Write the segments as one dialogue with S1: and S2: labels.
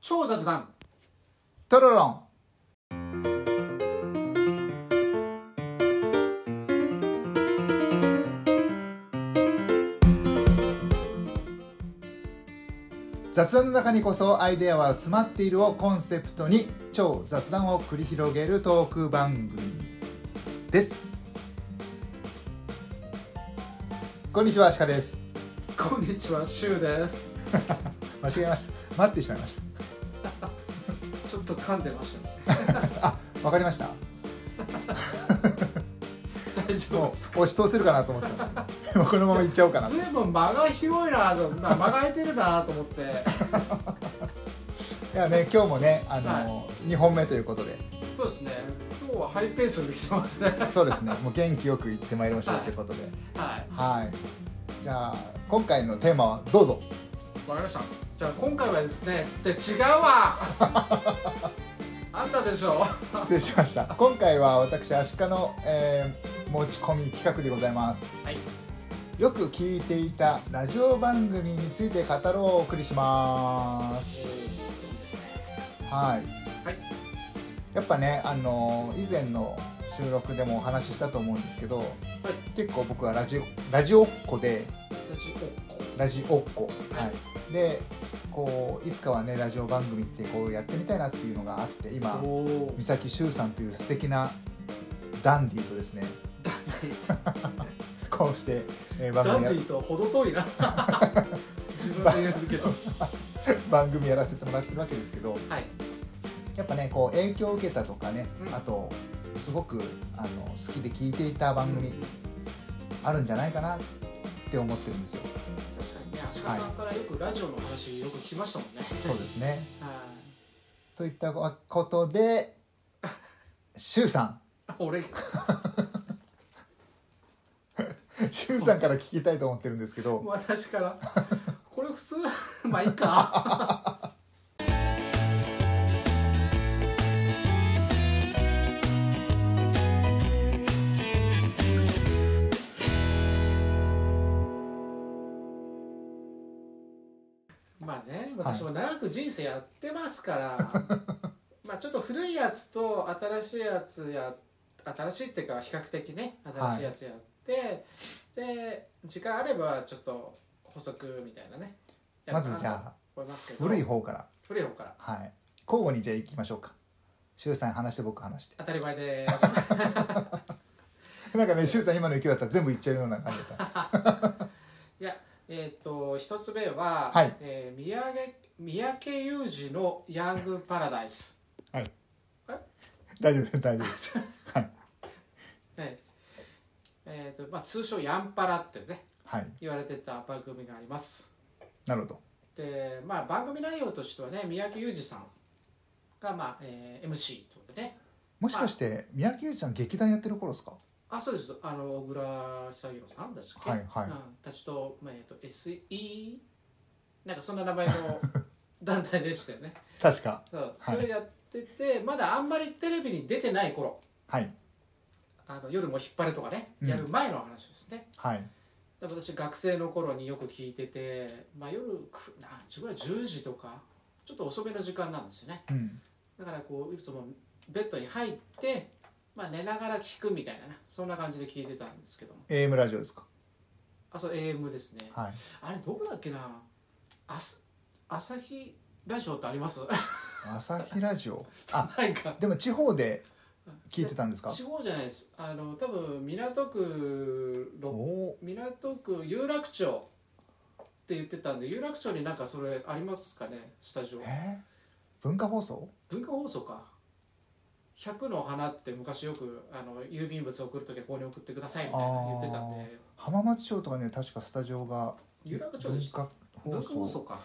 S1: 超雑談
S2: トロロン雑談の中にこそアイデアは詰まっているをコンセプトに超雑談を繰り広げるトーク番組ですこんにちはシカです
S1: こんにちはシュウです
S2: 間違えました待ってしまいまし
S1: ちょっと噛んでましたね
S2: たあわかりました
S1: 大丈
S2: も
S1: 夫
S2: う
S1: です
S2: 押し通せるかなと思ってます、 もうこのままいっちゃおうかな
S1: ずいぶん間が広いなと、まあ、間が空いてるなと思って
S2: いやね今日もねあの、
S1: は
S2: 2本目ということで
S1: そうですね今日はハイペースで来てますね
S2: そうで すねもう元気よく行ってまいりましょうということで
S1: はい
S2: はいじゃあ今回のテーマはどうぞ
S1: わかりましたじゃあ今回はですねって違うわあんたでしょ
S2: 失礼しました今回は私アシカの、えー持ち込み企画でございます
S1: はい
S2: よく聞いていたラジオ番組について語ろうをお送りします
S1: ですね
S2: は
S1: は
S2: い
S1: い
S2: やっぱねあの以前の収録でもお話ししたと思うんですけど
S1: はい
S2: 結構僕はラジオラジオっ子で
S1: ラジオっ子
S2: ラジオっ子、
S1: は
S2: はいい、でこういつかはねラジオ番組ってこうやってみたいなっていうのがあって今
S1: おお
S2: 三崎修さんという素敵なダンディとですね こうして、えー番
S1: ダン
S2: 組
S1: デ
S2: や
S1: ィと程遠い な自分で言うけど
S2: 番組やらせてもらってるわけですけど
S1: はい
S2: やっぱねこう影響を受けたとかね、
S1: うん
S2: あとすごくあの好きで聞いていた番組あるんじゃないかなって思ってるんですよ。
S1: 確かにね足利さんからよくラジオの話よく聞きましたもんね
S2: そうですね
S1: は
S2: といったこと で修さん
S1: い俺
S2: シュウさんから聞きたいと思ってるんです けど、
S1: 私からこれ普通 まあいいか まあね私も長く人生やってますから、まあちょっと古いやつと新しいやつや新しいっていうか比較的ね新しいやつやって、で時間あればちょっと補足みたいなねやろ
S2: ま
S1: うかな
S2: ずじゃあ
S1: と思いますけど
S2: 古い方から、
S1: 古い方から
S2: はい、交互にじゃあ行きましょうか。シュウさん話して僕話して。
S1: 当たり前です
S2: なんかね、シュウさん今の勢いだったら全部言っちゃうような感じだった。
S1: いや えっ、と一つ目は、
S2: はい
S1: えー三宅三宅裕二の「ヤングパラダイス
S2: はい
S1: え。
S2: 大丈夫です、大丈夫です。はい。」
S1: ねえーとまあ、通称「ヤンパラ」ってね
S2: はい。
S1: 言われてた番組があります
S2: なるほど。
S1: で、まあ、番組内容としてはね三宅裕二さんが、まあえー MC ということでね
S2: もしかして、三宅裕司さん劇団やってる頃ですか
S1: あそうですあの小倉久弘さんだっけ、
S2: はいはい
S1: うん、たちと,、まあえー、と SE なんかそんな名 前の団体でしたよね
S2: 確か。
S1: そう
S2: はい
S1: それやってて、まだあんまりテレビに出てない頃
S2: はい。
S1: あの夜も引っ張れとかね
S2: うん
S1: やる前の話ですね、
S2: はい。
S1: で私学生の頃によく聞いてて、まあ、夜く何時ぐらい10時とかちょっと遅めの時間なんですよね
S2: うん。
S1: だからこういつもベッドに入って、まあ、寝ながら聞くみたいなねそんな感じで聞いてたんですけども
S2: AM ラジオですか
S1: あそう AM ですね
S2: はい。
S1: あれどこだっけなあす朝日ラジオってあり ます
S2: 朝日ラジオ。あ、
S1: なんか
S2: でも地方で聞いてたんですか
S1: 地方じゃないですあの多分港区
S2: お
S1: 六
S2: お
S1: 港区有楽町って言ってたんで有楽町になんかそれありますかねスタジオ
S2: ー。えー文化放送
S1: 文化放送か100の花って昔よくあの郵便物送るときはここに送ってくださいみたいな言ってたん
S2: あ
S1: で
S2: 浜松町とかね、確かスタジオが
S1: 有楽町でした
S2: 文
S1: 文
S2: 化
S1: 化
S2: 放
S1: 放
S2: 送
S1: 送か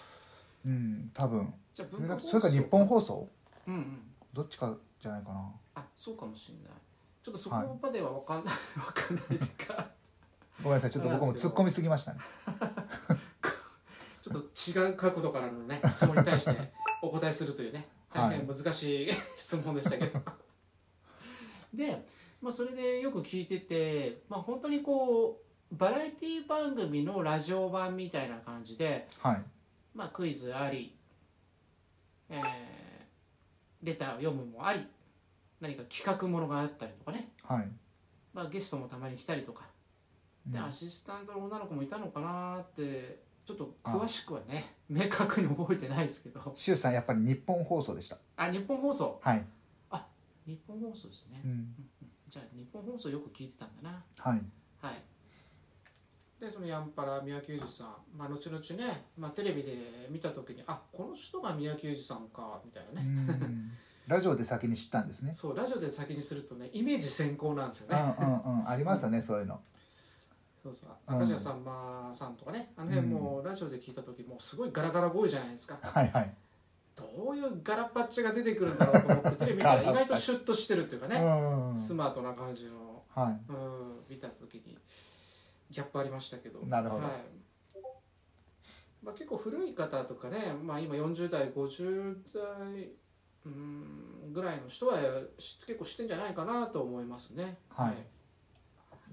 S2: うん多分
S1: じゃあ文
S2: 有
S1: 化
S2: 楽
S1: 放
S2: そ
S1: 送
S2: れか日本放送
S1: うんうん
S2: どっちかじゃないかな
S1: あそうかもしれないちょっとそこまでは分かんない、わかんないというか
S2: ごめんなさいちょっと僕も
S1: そうなんです
S2: 突
S1: よ
S2: っ込みすぎましたね
S1: ちょっと違う角度からのね質問に対してお答えするというね
S2: は
S1: 大
S2: い
S1: 変難しい質問でしたけど、で、まあ、それでよく聞いてて、まあ、本当にこうバラエティ番組のラジオ版みたいな感じで、
S2: はい
S1: まあ、クイズあり、えレターを読むもあり何か企画ものがあったりとかね、
S2: はい
S1: まあ、ゲストもたまに来たりとかで、
S2: うん
S1: アシスタントの女の子もいたのかなってちょっと詳しくはね明確に覚えてないですけど
S2: 周さんやっぱり日本放送でした
S1: あ日本放送
S2: はい、
S1: 日本放送ですね
S2: うん、
S1: じゃあ日本放送よく聞いてたんだな
S2: はい
S1: はいでそのヤンパラ宮久司さん、まあ、後々ね、まあ、テレビで見た時にあこの人が宮久司さんかみたいなね、
S2: うんラジオで先に知ったんですね
S1: そうラジオで先にするとねイメージ先行なんですよ
S2: うんう
S1: ね、
S2: んうんありましたねそういうの
S1: そうそう
S2: うん
S1: 明石家さんまさんとかねあの辺もうラジオで聞いた時もうすごいガラガラ声じゃないですか
S2: はいはい、
S1: どういうガラパッチが出てくるんだろうと思ってテレ ビ見たら意外とシュッとしてるっていうか
S2: う
S1: ね
S2: んうんうん
S1: スマートな感じの
S2: はい
S1: うん見た時にギャップありましたけど
S2: なるほど
S1: はいまあ、結構古い方とかね、まあ、今40代50代うんぐらいの人はし結構知ってんじゃないかなと思いますね、
S2: はい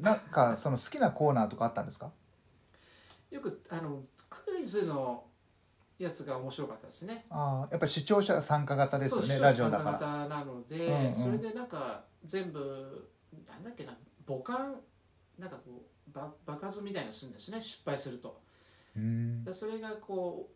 S2: なんかその好きなコーナーとかあったんですか
S1: よくあのクイズのやつが面白かったですね
S2: あーやっぱり視聴者参加型ですよ
S1: そう
S2: ねラジオだから
S1: 視聴者の方なので、
S2: うんうん
S1: それでなんか全部なんだっけな母艦なんかこうば爆発みたいなのするんですね失敗すると
S2: うん
S1: でそれがこう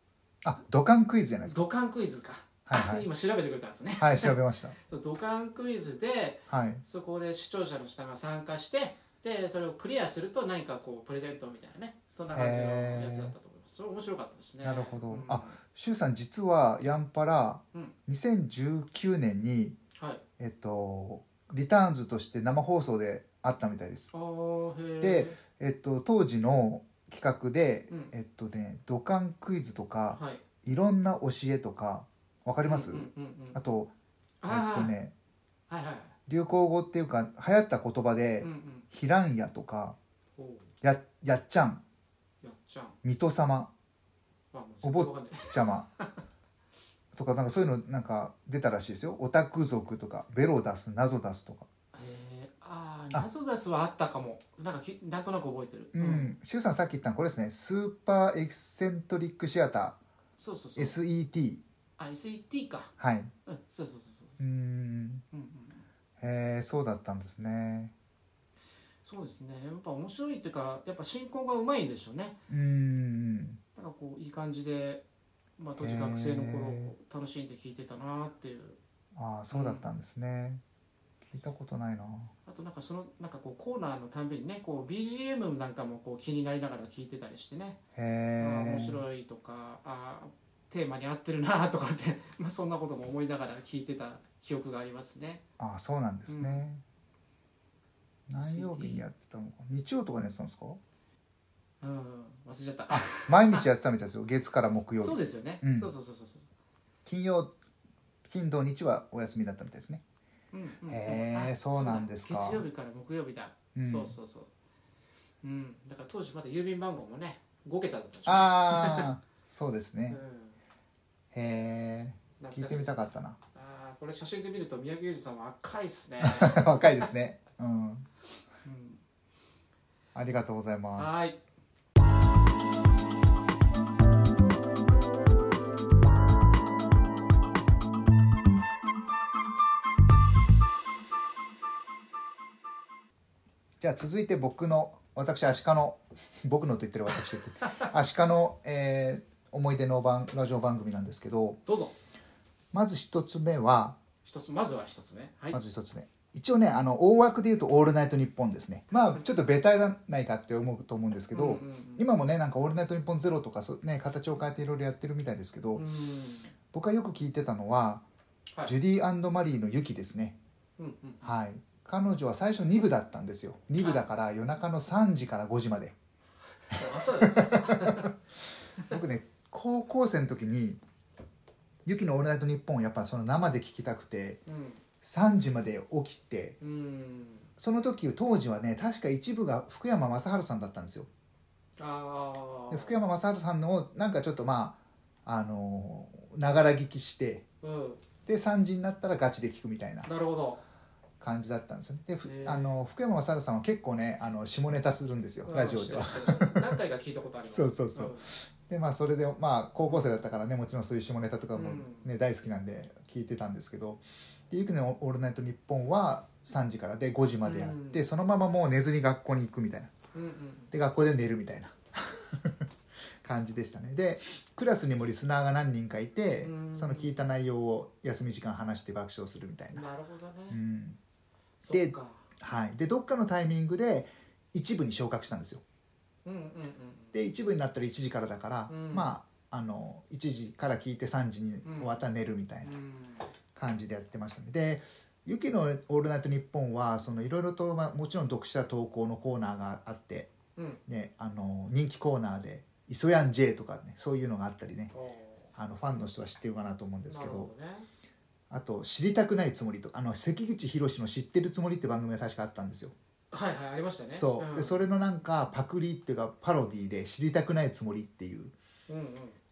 S2: あ土管クイズじゃないです
S1: 土管クイズか、
S2: はいは い
S1: 今調べてくれたんですね
S2: かはい調べました
S1: そう土管クイズで
S2: はい
S1: そこで視聴者の人が参加してでそれをクリアすると何かこうプレゼントみたいなねそんな感じのやつだったと思います、それ面白かったですね
S2: なるほど
S1: うん
S2: あ周さん実はヤンパラ
S1: うん
S2: 2019年に
S1: はい
S2: えっとリターンズとして生放送であったみたいです
S1: あーへー
S2: でえっと当時の企画で、
S1: うん
S2: えっとね土管クイズとか
S1: はい
S2: いろんな教えとかわか
S1: あ
S2: ります、
S1: うんうんうんうん
S2: あとえ
S1: あ
S2: っ
S1: ー
S2: とね
S1: はいはいは
S2: 流行語っていうか流行った言葉
S1: い
S2: で
S1: うんうん
S2: 「ヒランヤ」とか
S1: おう
S2: 「ややっちゃん」
S1: やっちゃん
S2: 「水戸様
S1: あもう全然わかんない」
S2: 「邪魔」とかなんかそういうのなんか出たらしいですよ「オタク族」とか「ベロ出す」「謎出す」とか
S1: えー、あー謎だすはあったかもなんかきなんとなく覚えてる
S2: うん周、さんさっき言ったのこれですね「スーパーエキセントリックシアタ
S1: そうそうそ
S2: ー」
S1: う
S2: SET
S1: あ SET か
S2: はい
S1: うんそうそうそうそう
S2: うーん
S1: うんうん
S2: へえそうだったんですね
S1: そうですねやっぱ面白いっていうかやっぱ進行がうまいんでしょうね
S2: うーん
S1: なんかこういい感じで、まあ、当時学生の頃
S2: へ
S1: 楽しんで聞いてたなっていう
S2: ああそうだったんですね、聞いたことないな
S1: あとなんかそのなんかこうコーナーのたんびにねこう BGM なんかもこう気になりながら聞いてたりしてね、あ
S2: へ
S1: あ
S2: え
S1: 面白いとかああテーマに合ってるなとかって まあそんなことも思いながら聞いてた記憶がありますね
S2: ああそうなんですね、何曜日
S1: CD
S2: にやってたのか日曜とかにやってたんですか
S1: うん忘れちゃった
S2: 毎日やってたみた いですよ月から木曜日
S1: そうですよね、
S2: うん
S1: そうそうそうそうそう
S2: 金曜金土日はお休みだったみたいですね
S1: うんうん
S2: へー
S1: あ
S2: そうなんです
S1: そう
S2: か
S1: だ月曜日から木曜日だ、
S2: うん
S1: そうそうそううんだから当時まだ郵便番号もね5桁だったでしょ
S2: ああそうです
S1: う
S2: ね
S1: ん
S2: へえ聞
S1: 懐
S2: いて
S1: かし
S2: み
S1: い
S2: たかったな
S1: あーこれ写真で見ると宮城裕二さんは赤いっすね、
S2: 若いですねう
S1: う
S2: ん
S1: ん、
S2: ありがとうございます
S1: はーい
S2: じゃあ続いて僕の私アシカの 僕のと言ってる私と言ってるアシカの、えー思い出の番ラジオ番組なんですけど
S1: どうぞ
S2: まず一つ目は
S1: 一つまずは一つねはい、
S2: まず一つ目一応ねあの大枠で言うと「オールナイトニッポン」ですねまあちょっとベタじゃないかって思うと思うんですけど、
S1: うんうんうん
S2: 今もねなんか「オールナイトニッポンゼロとかそう、ね、形を変えていろいろやってるみたいですけど、
S1: うん
S2: 僕がよく聞いてたのは、
S1: はい
S2: ジュディマリーの「ユキ」ですね
S1: うんうん
S2: はい彼女は最初2部だったんですよ2部だから夜中の3時から5時まで
S1: 朝だ朝
S2: 僕ね高校生の時に「ユキのオールナイトニッポン」をやっぱその生で聞きたくて
S1: うん
S2: 3時まで起きて
S1: うん
S2: その時当時はね確か一部が福山雅治さんだったんですよ
S1: ああ
S2: で福山雅治さんのをなんかちょっとまああのーながら聞きして
S1: うん
S2: で3時になったらガチで聞くみたいな
S1: なるほど
S2: 感じだったんですよねで、ふ
S1: へえ
S2: あの福山雅治さんは結構ねあの下ネタするんですよラジオでは
S1: うん知ってる知ってる何回か聞いたことあります
S2: そうそうそう
S1: うん
S2: でまあそれでまあ高校生だったからねもちろんそういう下ネタとかもね、
S1: う
S2: 大好きなんで聞いてたんですけど「でゆきのオールナイトニッポン」は3時からで5時までやって、
S1: うん
S2: そのままもう寝ずに学校に行くみたいな
S1: うんうん
S2: で学校で寝るみたいな 感じでしたねでクラスにもリスナーが何人かいて、
S1: うん
S2: その聞いた内容を休み時間話して爆笑するみたいな、
S1: なるほどね、
S2: うん
S1: そっか
S2: はい、でどっかのタイミングで一部に昇格したんですよ
S1: うんうんうん
S2: で一部になったら1時からだから、
S1: うん
S2: まああの1時から聞いて3時に終わったら寝るみたいな
S1: うん
S2: 感じでやってましたねで「ゆきのオールナイトニッポン」はいろいろと、まあ、もちろん読者投稿のコーナーがあって、
S1: うん
S2: ね、あの人気コーナーで「磯やん J」とかねそういうのがあったりね
S1: お
S2: あのファンの人は知ってるかなと思うんで
S1: ー
S2: す
S1: な
S2: け
S1: る
S2: ど
S1: ほどね
S2: あと「知りたくないつもりと」あの関口宏の「知ってるつもり」って番組が確かあったんですよ。
S1: はいはいありましたね
S2: そう、
S1: ん
S2: でそれのなんかパクリっていうかパロディで「知りたくないつもり」っていう
S1: うんうん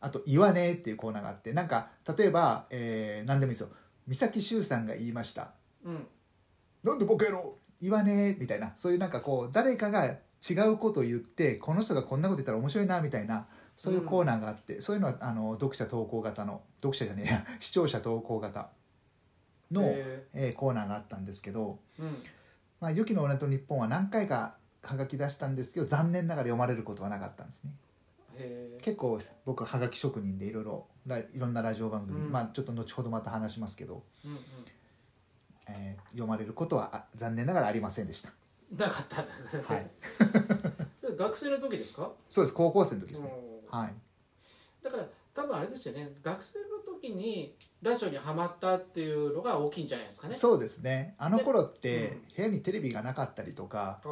S2: あと「言わねえ」っていうコーナーがあってなんか例えば、えー何でもいいですよ三崎修さんが言いました
S1: うん
S2: 「なんで僕やろう言わねえ」みたいなそういうなんかこう誰かが違うことを言ってこの人がこんなこと言ったら面白いなみたいなそういうコーナーがあって、そういうのはあの読者投稿型の読者じゃねえや 視聴者投稿型の、え
S1: へ
S2: ーコーナーがあったんですけど
S1: ーうん
S2: 「まあ、ユキのオールナイトニッポン」は何回かはがき出したんですけど残念ながら読まれることはなかったんですね。
S1: へー
S2: 結構僕はがき職人でいろいろラいろんなラジオ番組、
S1: うん
S2: まあちょっと後ほどまた話しますけど、
S1: うん
S2: えー読まれることはあ残念ながらありませんでした、
S1: うんなかったんだ
S2: はい
S1: 学生の時ですか
S2: そうです高校生の時ですね、
S1: うん
S2: はい
S1: だから多分あれですよね学生の時にラジオにはまったっていうのが大きいんじゃないですかね
S2: そうですねあの頃って
S1: う
S2: 部屋にテレビがなかったりとか
S1: あー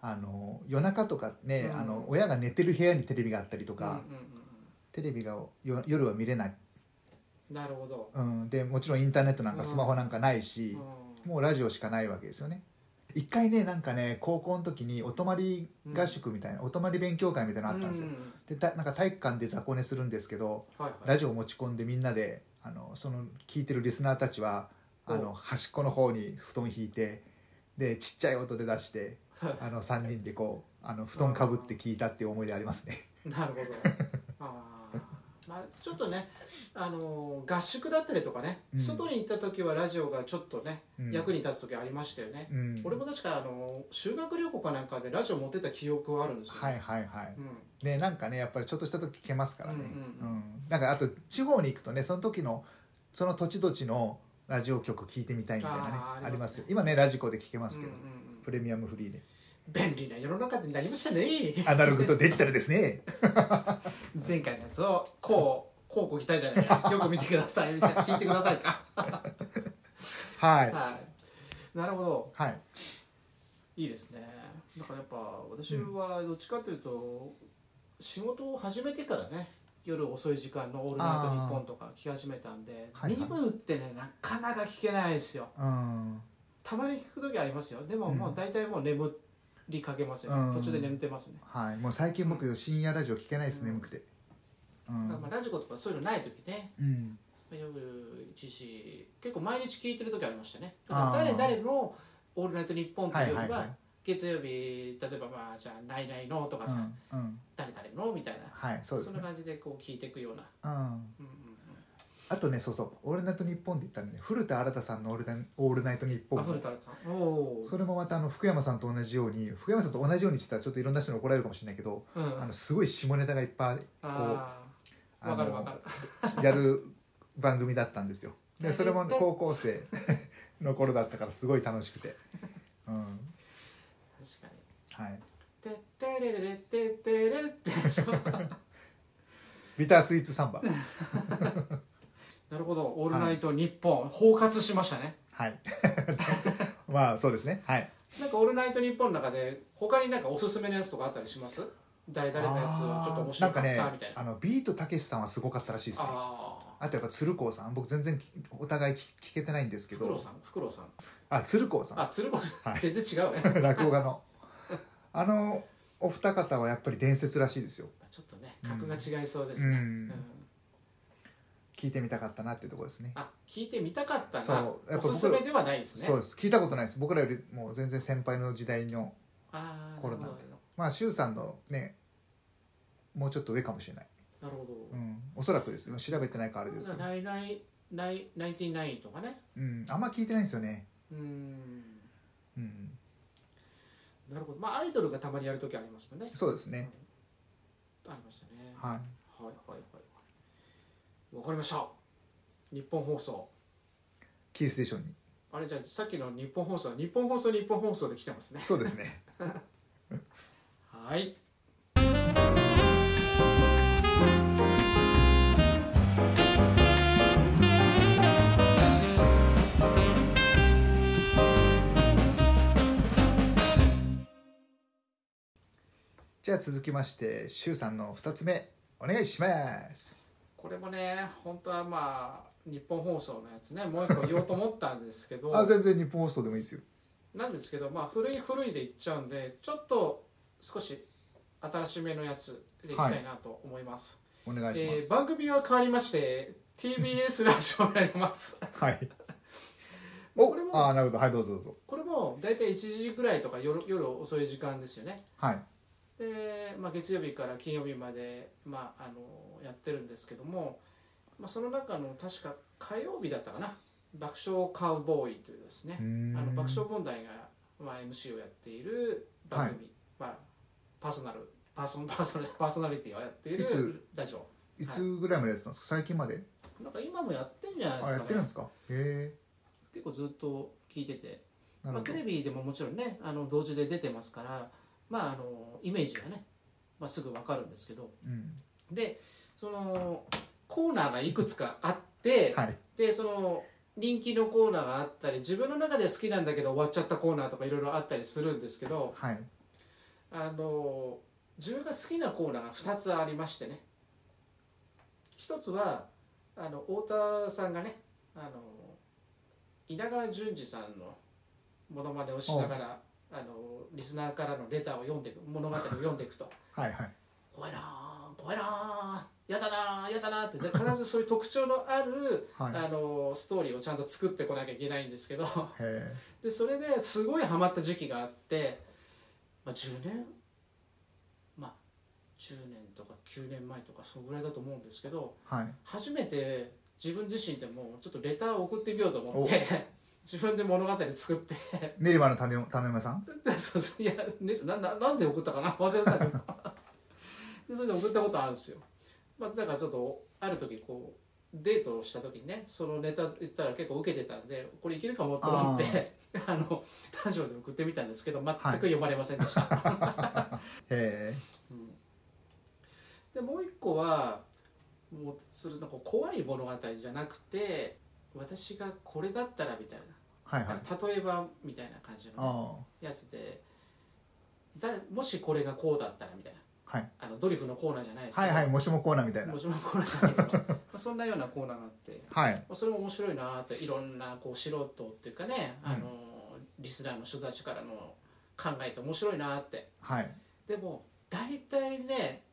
S2: あの夜中とかね、
S1: うん
S2: あの親が寝てる部屋にテレビがあったりとか、
S1: うんうんうん
S2: テレビがよ夜は見れない、
S1: うん、なるほど、
S2: うん、でもちろんインターネットなんか
S1: うん
S2: スマホなんかないし、
S1: う
S2: もうラジオしかないわけですよね一回ねなんかね高校の時にお泊まり合宿みたいな、お泊まり勉強会みたいなのあったんですよ、
S1: うう
S2: でたなんか体育館で雑魚寝するんですけど
S1: はいはい、
S2: ラジオ持ち込んでみんなであのその聞いてるリスナーたちはあの
S1: お
S2: 端っこの方に布団引いてでちっちゃい音で出して
S1: はい
S2: あの3人でこうあの布団かぶって聞いたっていう思い出ありますね
S1: なるほどあーまあちょっとね、あのー合宿だったりとかね、
S2: うん
S1: 外に行った時はラジオがちょっとね、
S2: うん
S1: 役に立つ時ありましたよね、
S2: うん
S1: 俺も確か、あのー修学旅行かなんかでラジオ持ってた記憶はあるんですよ、
S2: はいはいはい
S1: うん、
S2: ねなんかねやっぱりちょっとした時聞けますからね
S1: うんうんう
S2: うんなんかあと地方に行くとねその時のその土地土地のラジオ局聞いてみたいみたいなね
S1: あー
S2: あ
S1: あ
S2: り
S1: り
S2: ま
S1: ますす
S2: よ
S1: ね
S2: 今ねラジコで聞けます
S1: うん
S2: け
S1: うん
S2: ど、
S1: うん
S2: プレミアムフリーで
S1: 便利な世の中になりましたね
S2: アナログとデジタルで すね
S1: 前回のやつをこうこうこう来たじゃないかよく見てくださいみたいな聞いてくださいか
S2: はい
S1: はいなるほど
S2: はい
S1: いいですねだからやっぱ私はどっちかというと、仕事を始めてからね夜遅い時間の「オールナイトニッポン」とか聞き始めたんで
S2: はいはい
S1: 身分ってねなかなか聞けないですよ
S2: うん
S1: たまに聞く時ありますよでももう大体もう眠りかけますよ、
S2: うん
S1: 途中で眠ってますね、
S2: はいもう最近僕深夜ラジオ聞けないですね
S1: うん
S2: 眠くてう
S1: だから
S2: ん
S1: まあラジコとかそういうのない時ね
S2: うん
S1: 夜1時結構毎日聞いてる時ありましたねだ
S2: あ
S1: から
S2: ー
S1: 誰々の「オールナイトニッポン」って
S2: はいいう
S1: よ
S2: はい
S1: り
S2: は
S1: はい月曜日例えばまあじゃあ「ナイナイの」とか
S2: う
S1: さ
S2: んうん
S1: 「誰々の」みたいな
S2: はいそうで
S1: そ
S2: す
S1: んな
S2: ね
S1: 感じでこう聞いていくような、
S2: うん
S1: うんうん
S2: あとねそうそう「オールナイトニッポン」って言ったらね古田新太さんのオールナイ「オールナイトニ
S1: う
S2: ッ
S1: ん、
S2: ポ
S1: あ
S2: ン」
S1: 古田新太さんおー
S2: それもまたあの福山さんと同じように福山さんと同じようにって言ったらちょっといろんな人に怒られるかもしれないけど、
S1: うん
S2: あのすごい下ネタがいっぱいこう
S1: あー
S2: あ
S1: わかる
S2: の
S1: わかる
S2: やる番組だったんですよで
S1: 大変
S2: それも高校生の頃だったからすごい楽しくて、うん
S1: 確かに
S2: はい、
S1: 「てってれれれってってれ」って でしょ
S2: ビタースイーツサンバ
S1: なるほど「オールナイトニッポン」包括しましたね
S2: はい まあそうですねはい
S1: なんか「オールナイトニッポン」の中で他になんかおすすめのやつとかあったりします誰々のやつをちょっと面白かっ
S2: あーなん
S1: た
S2: か
S1: みた
S2: ね
S1: いな
S2: あのビートたけしさんはすごかったらしいですね
S1: ああ
S2: あとやっぱ鶴光さん僕全然お互い聞聞けてないんですけ
S1: フクロ
S2: ど
S1: ウさんフクロウさん
S2: あ鶴光さん
S1: あ鶴子さん、
S2: はい
S1: 全然違うね
S2: 落語家のあのお二方はやっぱり伝説らしいですよ
S1: ちょっとね格が違いそうですね、
S2: うん
S1: うん
S2: 聞いてみたかったなっていうところですね
S1: あ聞いてみたかった
S2: そう
S1: な
S2: やっぱ
S1: おすすめではないですね
S2: そうです聞いたことないです僕らよりもう全然先輩の時代の
S1: ああ
S2: コロナでまあ周さんのねもうちょっと上かもしれない
S1: なるほど
S2: うん、おそらくですよ調べてないからあれですけど、
S1: ナイナイナイナインティナインとかね
S2: うん、あんま聞いてないんですよね、
S1: うん
S2: うん、
S1: なるほどまあアイドルがたまにやる時ありますもんね
S2: そうですね
S1: ありましたねは
S2: はい
S1: いはいはいはいわかりました日本放送
S2: キーステーションに
S1: あれじゃあさっきの日本放送は日本放送日本放送で来てますね
S2: そうですね
S1: はい
S2: じゃあ続きましてシュウさんの2つ目お願いします
S1: これもね本当はまあ日本放送のやつねもう一個言おうと思ったんですけど
S2: あ全然日本放送でもいいですよ
S1: なんですけど、まあ、古い古いでいっちゃうんでちょっと少し新しめのやつでいきたいなと思います,、
S2: お願いしま
S1: えー
S2: す、
S1: 番組は変わりまして TBS ラジオになります
S2: はい
S1: これ
S2: お
S1: も
S2: あーなるほどはいどうぞどうぞ
S1: これも大体1時ぐらいとか夜夜遅い時間ですよね
S2: はい
S1: で、まあ、月曜日から金曜日まで、まあ、あのやってるんですけども、まあ、その中の確か火曜日だったかな爆笑カウボーイというですね
S2: うーん
S1: あの爆笑問題が、まあ、MC をやっている番組、まあ、パーソナルパーソンパーソナパーソナリティをやってい
S2: いつ
S1: るラジオ
S2: いつぐらいまでやってたんですか最近まで
S1: なんか今もやってんじゃないで
S2: あ
S1: すか
S2: やっ
S1: ね
S2: てるんですかへ
S1: 結構ずっと聞いてて、
S2: えな
S1: ま
S2: る
S1: あ、
S2: ほ
S1: テ
S2: ど
S1: レビでももちろんねあの同時で出てますから、まあ、あのイメージがね、まあ、すぐ分かるんですけど
S2: うん
S1: でそのコーナーがいくつかあって、
S2: はい
S1: でその人気のコーナーがあったり自分の中で好きなんだけど終わっちゃったコーナーとかいろいろあったりするんですけど、
S2: はい
S1: あの自分が好きなコーナーが2つありましてね一つはあの太田さんがねあの稲川淳二さんのものまねをしながらあのリスナーからのレターを読んでいく物語を読んでいくと
S2: はいはい
S1: 「怖いなー怖いなーやだなーやだな」ってで必ずそういう特徴のある、
S2: はい
S1: あのストーリーをちゃんと作ってこなきゃいけないんですけど。
S2: へ
S1: でそれですごいハマった時期があって、まあ、10年まあ10年とか9年前とかそのぐらいだと思うんですけど
S2: えはい
S1: 初めて自分自身でもちょっとレターを送ってみようと思って 自分で物語作って
S2: 練馬の種を種馬さん
S1: そうそういや、ね、なななんで送ったかな 忘れたけどでそれで送ったことあるんですよ、まあ、だからちょっとある時こうデートをした時にねそのネタ言ったら結構受けてたんでこれいけるかもと思って あのラジオで送ってみたんですけど全く読まれませんでした、
S2: へえ
S1: でもう一個はもうそれなんか怖い物語じゃなくて私がこれだったらみたい
S2: はい
S1: な、
S2: はい
S1: 例えばみたいな感じの
S2: あ
S1: やつで誰もしこれがこうだったらみたいな
S2: あはい
S1: あのドリフのコーナーじゃないですけ
S2: は
S1: ど
S2: いはいもしもコーナーみたいな
S1: もちろんコーナーじゃないけ どまあそんなようなコーナーがあって
S2: はい
S1: まあそれも面白いなっていろんなこう素人っていうかね、あのリスナーの人たちからの考えて面白いなって
S2: はい
S1: でも大体ね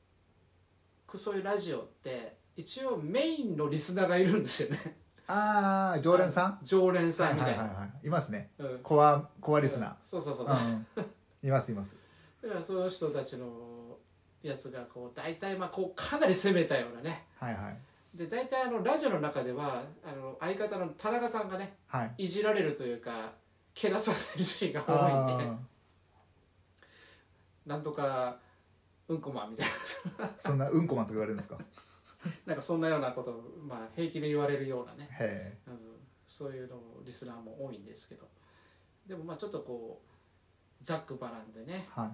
S1: そういうラジオって一応メインのリスナーがいるんですよね
S2: ああ常連さん
S1: 常連さんみ
S2: は
S1: た
S2: い
S1: い
S2: はい
S1: な
S2: はいはいいますね
S1: うん
S2: コアコアリスナ
S1: そうそうそうそう、
S2: ーうんいますいます
S1: だからその人たちのやつがこう大体まあこうかなり攻めたようなね
S2: はいはい
S1: で大体あのラジオの中ではあの相方の田中さんがね
S2: はい
S1: いじられるというかけなされるシーンが多いんで
S2: あ
S1: なんとかうんこマンみたい
S2: あそんなうんこマンとか言われるんですか
S1: ななんかそんなようなことを、まあ、平気で言われるようなね
S2: へ
S1: うん、そういうのもリスナーも多いんですけどでもまあちょっとこうざっくばらんでね
S2: え、はい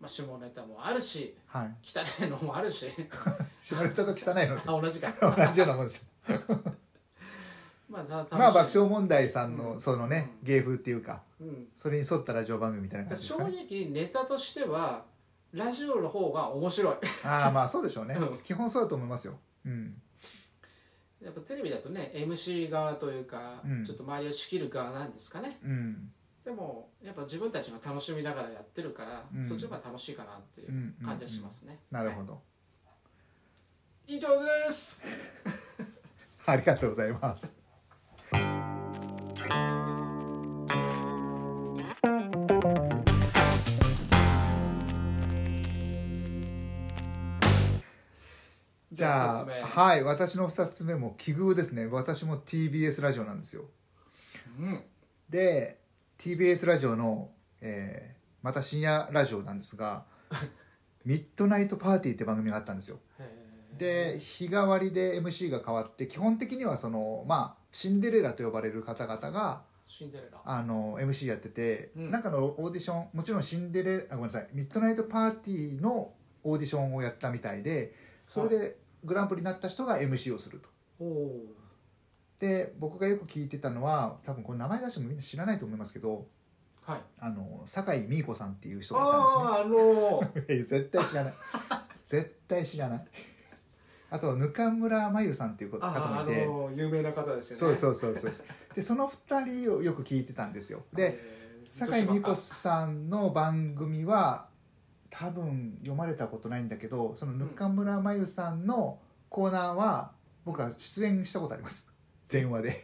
S1: まあ、下ネタもあるし
S2: はい
S1: 汚いのもある し
S2: 下ネタと汚いので
S1: あ同じか
S2: 同じようなもんです
S1: まあた楽しい
S2: まあ爆笑問題さん
S1: う
S2: の
S1: ん
S2: そのね芸風っていうか
S1: うん、
S2: それに沿ったラジオ番組みたいな感じです
S1: 正
S2: かね
S1: 直ネタとしてはラジオの方が面白い
S2: ああまあそうでしょうね
S1: うん
S2: 基本そうだと思いますようん
S1: やっぱテレビだとね MC 側というか、
S2: うん
S1: ちょっと周りを仕切る側なんですかね
S2: うん
S1: でもやっぱ自分たちが楽しみながらやってるから、
S2: うん
S1: そっちの方が楽しいかなってい
S2: うんうんう
S1: うん感じはしますね、
S2: なるほ
S1: はい
S2: ど
S1: 以上です
S2: ありがとうございますじゃあ
S1: じゃあ二つ目
S2: はい私の2つ目も奇遇ですね私も TBS ラジオなんですよ
S1: うん
S2: で TBS ラジオの、えーまた深夜ラジオなんです が「ミッドナイトパーティー」って番組があったんですよで日替わりで MC が変わって基本的にはそのまあシンデレラと呼ばれる方々が
S1: シンデレラ
S2: あの MC やってて、
S1: うん
S2: なんかのオーディションもちろんシンデレあごめんなさいミッドナイトパーティーのオーディションをやったみたいでそれでグランプリになった人が MC をすると。
S1: おお
S2: で僕がよく聞いてたのは多分この名前出してもみんな知らないと思いますけど
S1: はい
S2: あの酒井美依子さんっていう人がいたん
S1: ああーあ のー
S2: ですね え絶対知らない絶対知らないあとぬかむらまゆさんっていう方
S1: あー
S2: も
S1: あ
S2: いて、
S1: のー有名な方ですよね
S2: そうそうそうそうでその2人をよく聞いてたんですよで
S1: えー
S2: 酒井美
S1: 女
S2: 子
S1: 子ば
S2: さんの番組は多分読まれたことないんだけどそのぬかむらまゆさんのコーナーは僕は出演したことあります電話で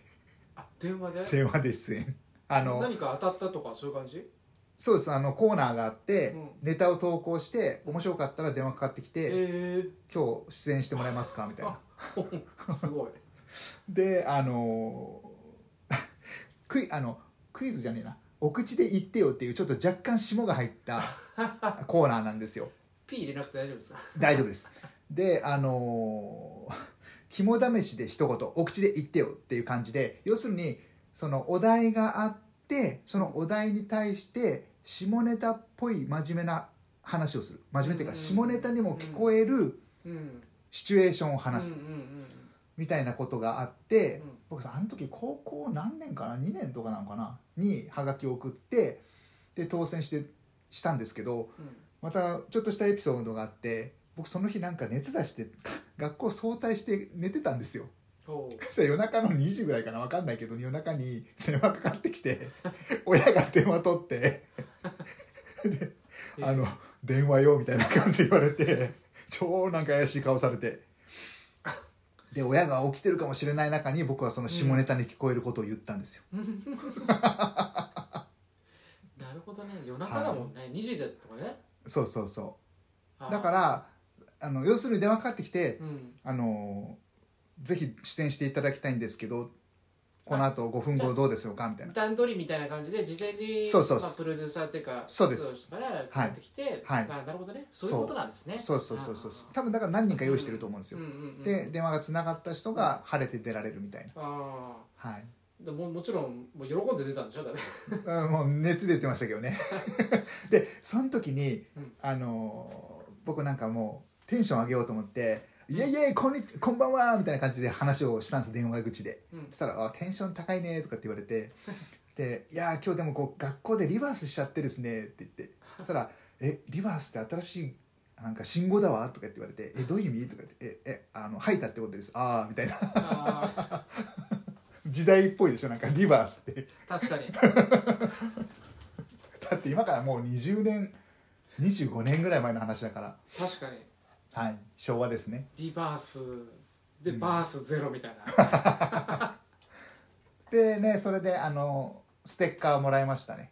S1: あ電話で
S2: 電話で出演あの
S1: 何か当たったとかそういう感じ
S2: そうですあのコーナーがあって、
S1: うん
S2: ネタを投稿して面白かったら電話かかってきて
S1: え
S2: 「今日出演してもらえますか?」みたいな
S1: あー、すごい
S2: であのー クイあのクイズじゃねえなお口で言ってよっていうちょっと若干霜が入った コーナーなんですよ
S1: P 入れなくて大丈夫ですか
S2: 大丈夫ですであのー肝試しで一言お口で言ってよっていう感じで要するにそのお題があってそのお題に対して下ネタっぽい真面目な話をする真面目っていうか
S1: うん
S2: 下ネタにも聞こえる
S1: うん
S2: シチュエーションを話す
S1: うんうんうん
S2: みたいなことがあっ
S1: う
S2: て、
S1: ん
S2: 僕さあの時高校何年かな2年とかなのかなにハガキを送ってで当選してしたんですけど
S1: うん
S2: またちょっとしたエピソードがあって僕その日なんか熱出して学校早退して寝てたんですよ
S1: おー
S2: そしたら夜中の2時ぐらいかな分かんないけど夜中に電話かかってきて 親が電話取って 「あの電話よ」みたいな感じで言われて超なんか怪しい顔されてで親が起きてるかもしれない中に僕はその下ネタに聞こえることを言ったんですよ、
S1: なるほどね夜中だもんね、2時だとかね
S2: そうそうそ
S1: あ
S2: う
S1: ー
S2: だからあの要するに電話かかってきて
S1: うん
S2: 「あのぜひ出演していただきたいんですけどこの後5分後どうですよか?」みたいな
S1: 段取りみたいな感じで事前に
S2: そうそう
S1: まあ、プロデューサーっていうか
S2: そうです
S1: 人から帰ってきて、
S2: はい
S1: あなるほどねそういうことなんですね
S2: そうそうそうそうそう多分だから何人か用意してると思うんです
S1: う
S2: よ
S1: ん、うんうん、
S2: で電話がつながった人が晴れて出られるみたいな
S1: ああ
S2: はい、
S1: でももちろんもう喜んで出たんでしょだね
S2: うんもう熱出てましたけど ねでその時に、
S1: うん
S2: あのー僕なんかもうテンション上げようと思って「いやいやこんにこんばんは」みたいな感じで話をしたんです電話口で
S1: うん
S2: そしたらあ「テンション高いね」とかって言われ て「でいやー今日でもこう学校でリバースしちゃってですね」って言ってそしたら「えリバースって新しいなんか信号だわ」とかって言われて「えどういう意味?」とかって「ええあの吐いたってことですああ」みたいな
S1: ああ
S2: 時代っぽいでしょなんかリバースって。
S1: 確かに
S2: だって今からもう20年25年ぐらい前の話だから
S1: 確かに
S2: はい昭和ですね
S1: リバースでバースゼロみたいな、
S2: でねそれであのステッカーもらいましたね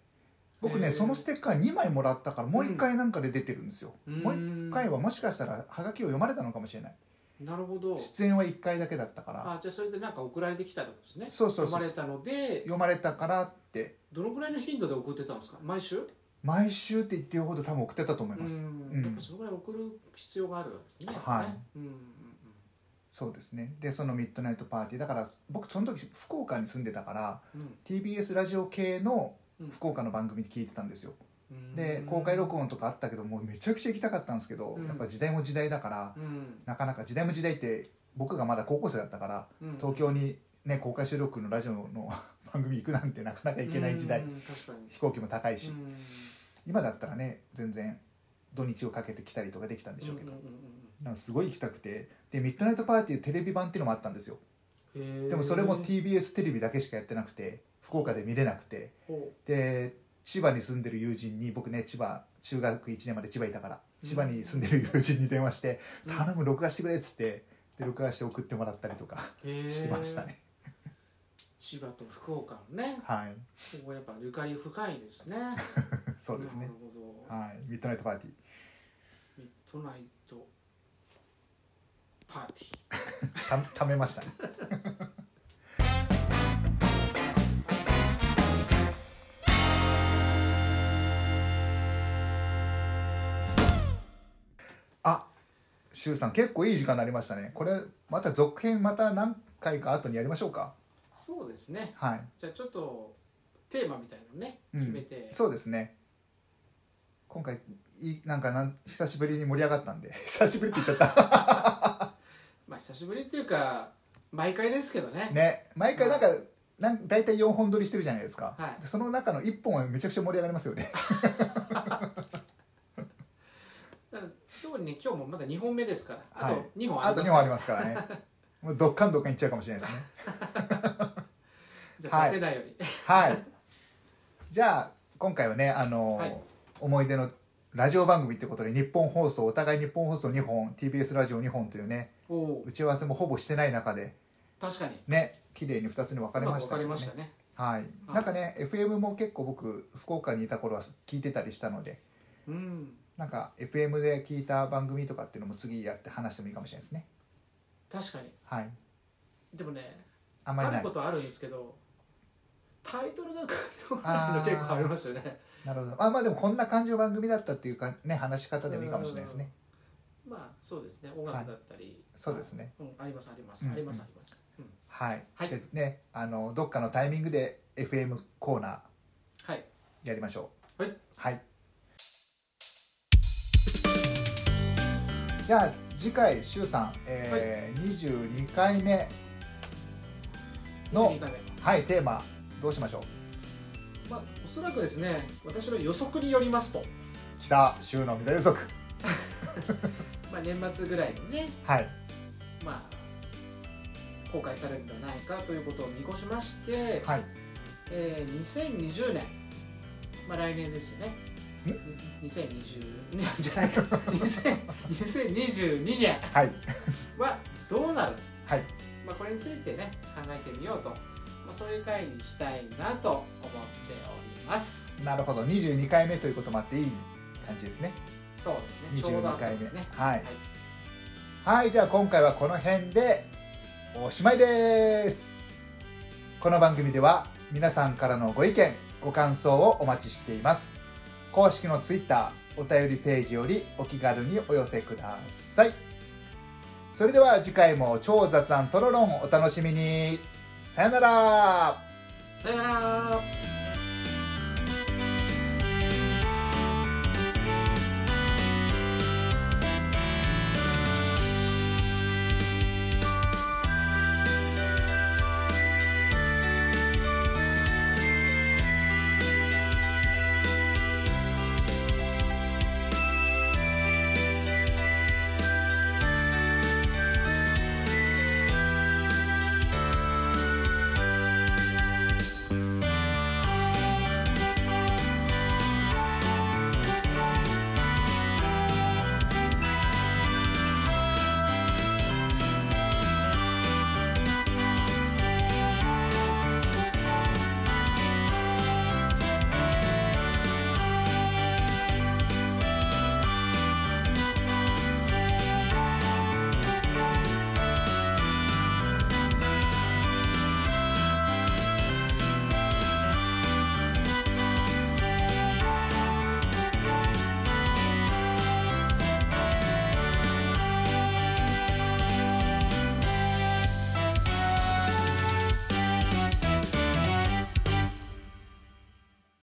S2: 僕
S1: へ
S2: ね
S1: ー
S2: そのステッカー2枚もらったからもう1回なんかで出てるんですよ、
S1: うん
S2: もう1回はもしかしたらハガキを読まれたのかもしれない
S1: なるほど
S2: 出演は1回だけだったから
S1: あじゃあそれでなんか送られてきたってことですね
S2: そうそうそう
S1: 読まれたので
S2: 読まれたからって
S1: どのぐらいの頻度で送ってたんですか毎週
S2: 毎週って言ってるほど多分送ってたと思います、
S1: うんやっぱそのぐらい送る必要があるわけですね
S2: はい
S1: やっぱねうんうんうん
S2: そうですねでそのミッドナイトパーティーだから僕その時福岡に住んでたから
S1: うん
S2: TBS ラジオ系の
S1: うん
S2: 福岡の番組で聞いてたんですよ、
S1: うん
S2: で公開録音とかあったけどもうめちゃくちゃ行きたかったんですけど、
S1: うん
S2: やっぱ時代も時代だから
S1: うん
S2: なかなか時代も時代って僕がまだ高校生だったから
S1: うん
S2: 東京に、ね、公開収録のラジオの 番組行くなんてなかなか行けない時代、
S1: うん確かに
S2: 飛行機も高いし、
S1: うん
S2: 今だったらね全然土日をかけて来たりとかできたんでしょうけど、
S1: んんん
S2: なんかすごい行きたくてでミッドナイトパーティーテレビ版っていうのもあったんですよ
S1: うんへー
S2: でもそれも TBS テレビだけしかやってなくて福岡で見れなくて
S1: ほ
S2: で千葉に住んでる友人に僕ね千葉中学1年まで千葉いたから
S1: うん
S2: 千葉に住んでる友人に電話して「
S1: うん
S2: 頼む録画してくれ」っつってで録画して送ってもらったりとか
S1: うへー
S2: してましたね、
S1: 千葉と福岡のね
S2: はい
S1: ここやっぱゆかり深いですね
S2: そうです
S1: な
S2: ね
S1: る、ほど
S2: はい、ミッドナイトパーティー
S1: ミッドナイトパーティー
S2: たためましたね あシュウさん結構いい時間になりましたねこれまた続編また何回か後にやりましょうか
S1: そうですね
S2: はい、
S1: じゃあちょっとテーマみたいのね
S2: うん
S1: 決めて、
S2: そうですね今回いいなんかなん久しぶりに盛り上がったんで 久しぶりって言っちゃった
S1: まあ久しぶりっていうか毎回ですけど ね
S2: ね毎回なんかなん大体4本撮りしてるじゃないですか、
S1: はい
S2: でその中の1本はめちゃくちゃ盛り上がりますよね
S1: だから特にね今日もまだ2本目ですからあ
S2: は
S1: と
S2: い
S1: 2本
S2: あ
S1: あり
S2: と
S1: ますか
S2: 2
S1: ら
S2: 本ありますから ねもうドッカンドッカンいっちゃうかもしれないですね
S1: じゃあ
S2: はい
S1: バテないように、
S2: はいじゃあ今回はねあの、
S1: はい
S2: 思い出のラジオ番組ってことで日本放送お互い日本放送2本 TBS ラジオ2本というね
S1: お お
S2: 打ち合わせもほぼしてない中で
S1: 確かに
S2: ね綺麗に2つに分かれま
S1: うまく分
S2: し
S1: か
S2: たけ
S1: り
S2: ど
S1: ま
S2: ね
S1: したねは
S2: はい、
S1: い
S2: なんかね FM も結構僕福岡にいた頃は聞いてたりしたので
S1: うん
S2: なんか FM で聞いた番組とかっていうのも次やって話してもいいかもしれないですね
S1: 確かに
S2: はい
S1: でもね
S2: あんまり
S1: あ
S2: な
S1: る
S2: い
S1: ことはあるんですけどタイトルが変わ
S2: あ
S1: らな
S2: ー
S1: いの結構ありますよね
S2: なるほどあまあでもこんな感じの番組だったっていうかね話し方でもいいかもしれないですね
S1: まあそうですね音楽だったり、
S2: そうですね
S1: うん、ありますあります、
S2: うんうん
S1: ありますあります、うん、
S2: はい、
S1: はい
S2: じゃあねあのどっかのタイミングで FM コーナー
S1: はい
S2: やりましょう
S1: はい、
S2: はい、じゃあ次回しゅうさん、えー22回目の
S1: 22回目
S2: はいテーマどうしましょう
S1: まあおそらくですね私の予測によりますと、
S2: 北週の未来予測
S1: まあ、年末ぐらいにね
S2: はい
S1: まあ公開されるんではないかということを見越しまして、
S2: はい
S1: えー2020年まあ来年ですよね2020年じ ゃないか 2000 2022年
S2: はい
S1: はどうなる
S2: はい
S1: まあ、これについてね考えてみようと、まあ、そういう回にしたいなと思っております
S2: なるほど22回目ということもあっていい感じですね
S1: そうですねちょうどあ
S2: 22
S1: った
S2: 回
S1: で
S2: 目
S1: すね
S2: はいはいじゃあ今回はこの辺でおしまいですこの番組では皆さんからのご意見ご感想をお待ちしています公式の Twitter お便りページよりお気軽にお寄せくださいそれでは次回も超雑談トロロンお楽しみにさよなら
S1: さよなら